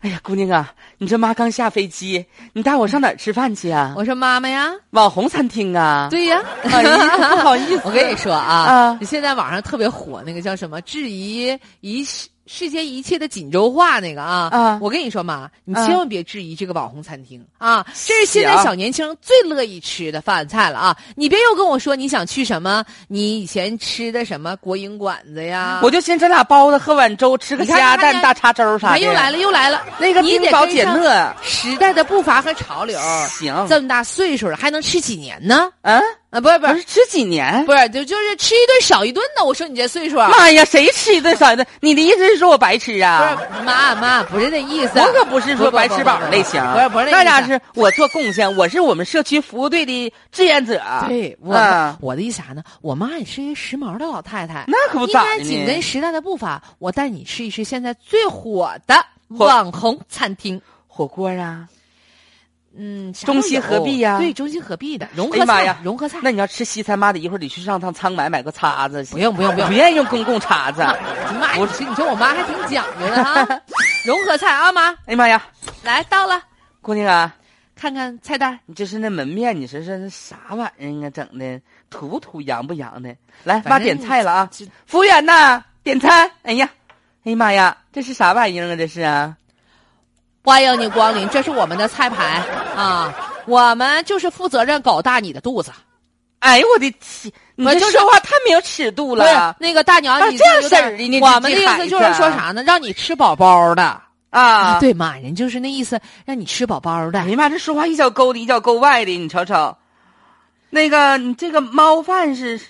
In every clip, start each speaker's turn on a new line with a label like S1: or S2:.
S1: 哎呀，姑娘啊，你这妈刚下飞机，你带我上哪儿吃饭去啊？
S2: 我说妈妈呀，
S1: 网红餐厅啊？
S2: 对呀，
S1: 哎呀，不好意思，
S2: 我跟你说啊
S1: 啊，
S2: 现在网上特别火那个叫什么质疑一世世间一切的锦州话那个啊，
S1: 啊
S2: 我跟你说妈，你
S1: 啊
S2: 千万别质疑这个网红餐厅啊，这是现在
S1: 行
S2: 小年轻最乐意吃的饭菜了啊！你别又跟我说你想去什么，你以前吃的什么国营馆子呀？
S1: 我就寻思咱俩包子喝碗粥，吃个
S2: 啊你看
S1: 鸭
S2: 看
S1: 蛋
S2: 呀
S1: 大碴粥
S2: 你
S1: 啥的。
S2: 看又来了又来了，
S1: 那个
S2: 你
S1: 冰
S2: 得
S1: 雹
S2: 跟
S1: 解
S2: 上
S1: 乐，
S2: 时代的步伐和潮流，
S1: 行，
S2: 这么大岁数了还能吃几年呢？
S1: 嗯，
S2: 啊，不是不
S1: 不
S2: 是
S1: 是吃几年？
S2: 不是，就就是吃一顿少一顿呢。我说你这岁数啊，
S1: 妈呀，谁吃一顿少一顿？你的意思是说我白吃
S2: 不
S1: 啊？
S2: 是妈妈，不是那意思。啊
S1: 我可不是说白吃饱类型，
S2: 不是不是
S1: 那
S2: 那意思啊
S1: 家是我做贡献，我是我们社区服务队的志愿者。
S2: 对我、
S1: 嗯
S2: 我的意思啥呢？我妈也是一个时髦的老太太，
S1: 那可不
S2: 应
S1: 咋的
S2: 该紧跟
S1: 呢。
S2: 时代的步伐。我带你吃一吃现在最火的
S1: 火
S2: 网红餐厅。
S1: 火锅啊，
S2: 嗯，啥
S1: 中西
S2: 都有
S1: 合璧呀
S2: 对，中西合璧的融
S1: 哎
S2: 合
S1: 呀妈
S2: 菜，
S1: 呀
S2: 融合菜。
S1: 那你要吃西餐，妈的，一会儿得去上趟仓买买个叉子去。
S2: 不用不用不 用
S1: 不愿意用公共叉子。哎
S2: 妈呀，
S1: 我
S2: 你说你说我妈还挺讲究 的哈。融合菜啊，妈，
S1: 哎呀妈呀，
S2: 来到了，
S1: 姑娘啊，
S2: 看看菜单。
S1: 你这是那门面，你说这是啥玩意儿啊？整的土不土，洋不洋的？来，
S2: 反
S1: 妈
S2: 正
S1: 点菜了啊！
S2: 这
S1: 服务员呐，点餐。哎呀，哎呀妈呀，这是啥玩意儿啊？这是啊？
S2: 欢迎你光临，这是我们的菜牌啊，我们就是负责任搞大你的肚子。
S1: 哎呦我的天，你
S2: 不是
S1: 这
S2: 就是
S1: 说话太没有尺度
S2: 不是
S1: 了
S2: 那个大娘，
S1: 啊
S2: 你
S1: 这样
S2: 有点
S1: 式儿的你
S2: 我
S1: 这
S2: 们的
S1: 这
S2: 意
S1: 孩
S2: 思就是
S1: 子
S2: 说啥呢？让你吃饱饱的
S1: 啊！
S2: 对妈，人就是那意思，让你吃饱饱的
S1: 哎。呀妈，这说话一脚沟里一脚沟外的，你瞅瞅，那个你这个猫饭是，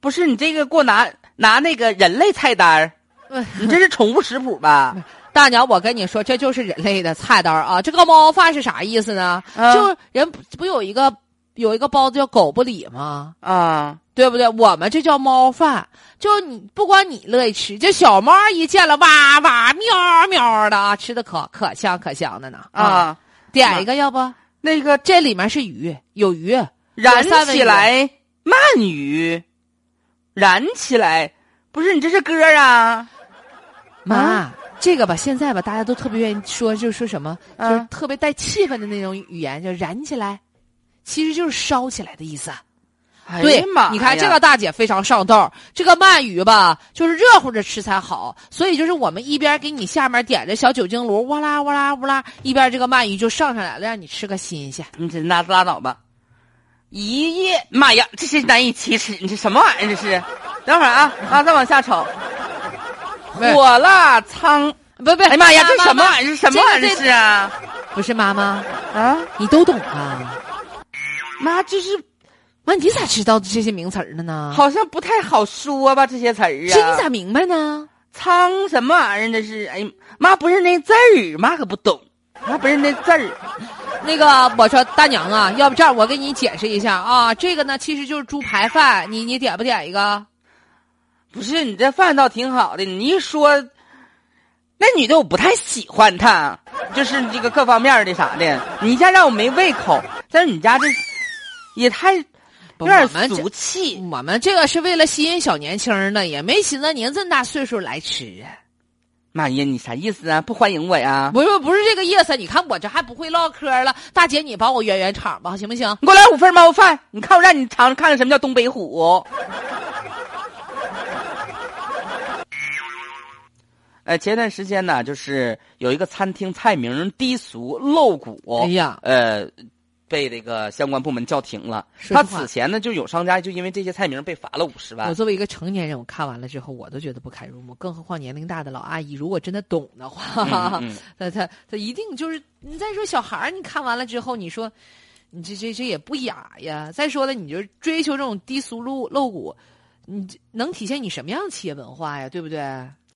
S1: 不是你这个给我拿拿那个人类菜单 儿
S2: 嗯
S1: 你这是宠物食谱吧？
S2: 大娘，我跟你说，这就是人类的菜单啊。这个猫饭是啥意思呢？
S1: 啊
S2: 就是人不不有一个有一个包子叫狗不理吗？
S1: 啊，
S2: 对不对？我们这叫猫饭，就是你不光你乐意吃，这小猫一见了哇哇喵喵的啊，吃的可可香可香的呢
S1: 啊，
S2: 点一个要不？
S1: 那个
S2: 这里面是鱼，有鱼，
S1: 燃
S2: 三文
S1: 起
S2: 鱼
S1: 来鳗鱼，燃起来，不是你这是歌儿啊？
S2: 妈，
S1: 啊
S2: 这个吧，现在吧，大家都特别愿意说，就是说什么，
S1: 啊
S2: 就是特别带气氛的那种语言，就燃起来，其实就是烧起来的意思。啊
S1: 哎
S2: 对，
S1: 呀妈呀，
S2: 你看这个大姐非常上道，这个鳗鱼吧，就是热乎着吃才好，所以就是我们一边给你下面点着小酒精炉，哇啦哇啦哇啦，一边这个鳗鱼就上上来了，让你吃个新鲜。
S1: 你这拉拉倒吧！一夜，妈呀，这是难以启齿，你这什么玩意儿？这是？等会儿啊啊，再往下瞅，
S2: 不是
S1: 火辣苍，
S2: 不不，
S1: 哎呀妈呀，
S2: 妈
S1: 这什么
S2: 妈
S1: 玩意儿？这什么玩意
S2: 这
S1: 儿
S2: 个
S1: 是啊？
S2: 不是妈妈，
S1: 啊，
S2: 你都懂啊？
S1: 妈，这是
S2: 妈，你咋知道这些名词儿的呢？，
S1: 好像不太好说吧？这些词儿
S2: 这你
S1: 啊，
S2: 咋明白呢？
S1: 苍什么玩意儿？这是？哎呀，妈不是那字儿，妈可不懂，妈不是那字儿。
S2: 那个，我说大娘啊，要不这样，我给你解释一下啊，这个呢其实就是猪排饭，你你点不点一个？
S1: 不是你这饭倒挺好的，你一说，那女的我不太喜欢她，就是这个各方面的啥的。你一下让我没胃口，但是你家这也太有
S2: 不
S1: 点
S2: 我们这
S1: 俗气。
S2: 我们这个是为了吸引小年轻儿的，也没寻思您这么大岁数来吃啊。
S1: 妈呀，你啥意思啊？不欢迎我呀？
S2: 不是不是这个意思，你看我这还不会唠嗑了，大姐你帮我圆圆场吧，行不行？
S1: 你给我来五份猫饭，你看我让你尝尝看看什么叫东北虎。呃，前段时间呢，就是有一个餐厅菜名低俗露骨，
S2: 哎呀，
S1: 呃，被这个相关部门叫停了。
S2: 说
S1: 他
S2: 实话
S1: 此前呢，就有商家就因为这些菜名被罚了五十
S2: 我
S1: 万。
S2: 作为一个成年人，我看完了之后，我都觉得不堪入目，更何况年龄大的老阿姨，如果真的懂的话，
S1: 嗯
S2: 他他他一定就是你再说小孩儿，你看完了之后，你说你这这这也不雅呀。再说了，你就追求这种低俗露露骨，你这能体现你什么样企业文化呀？对不对？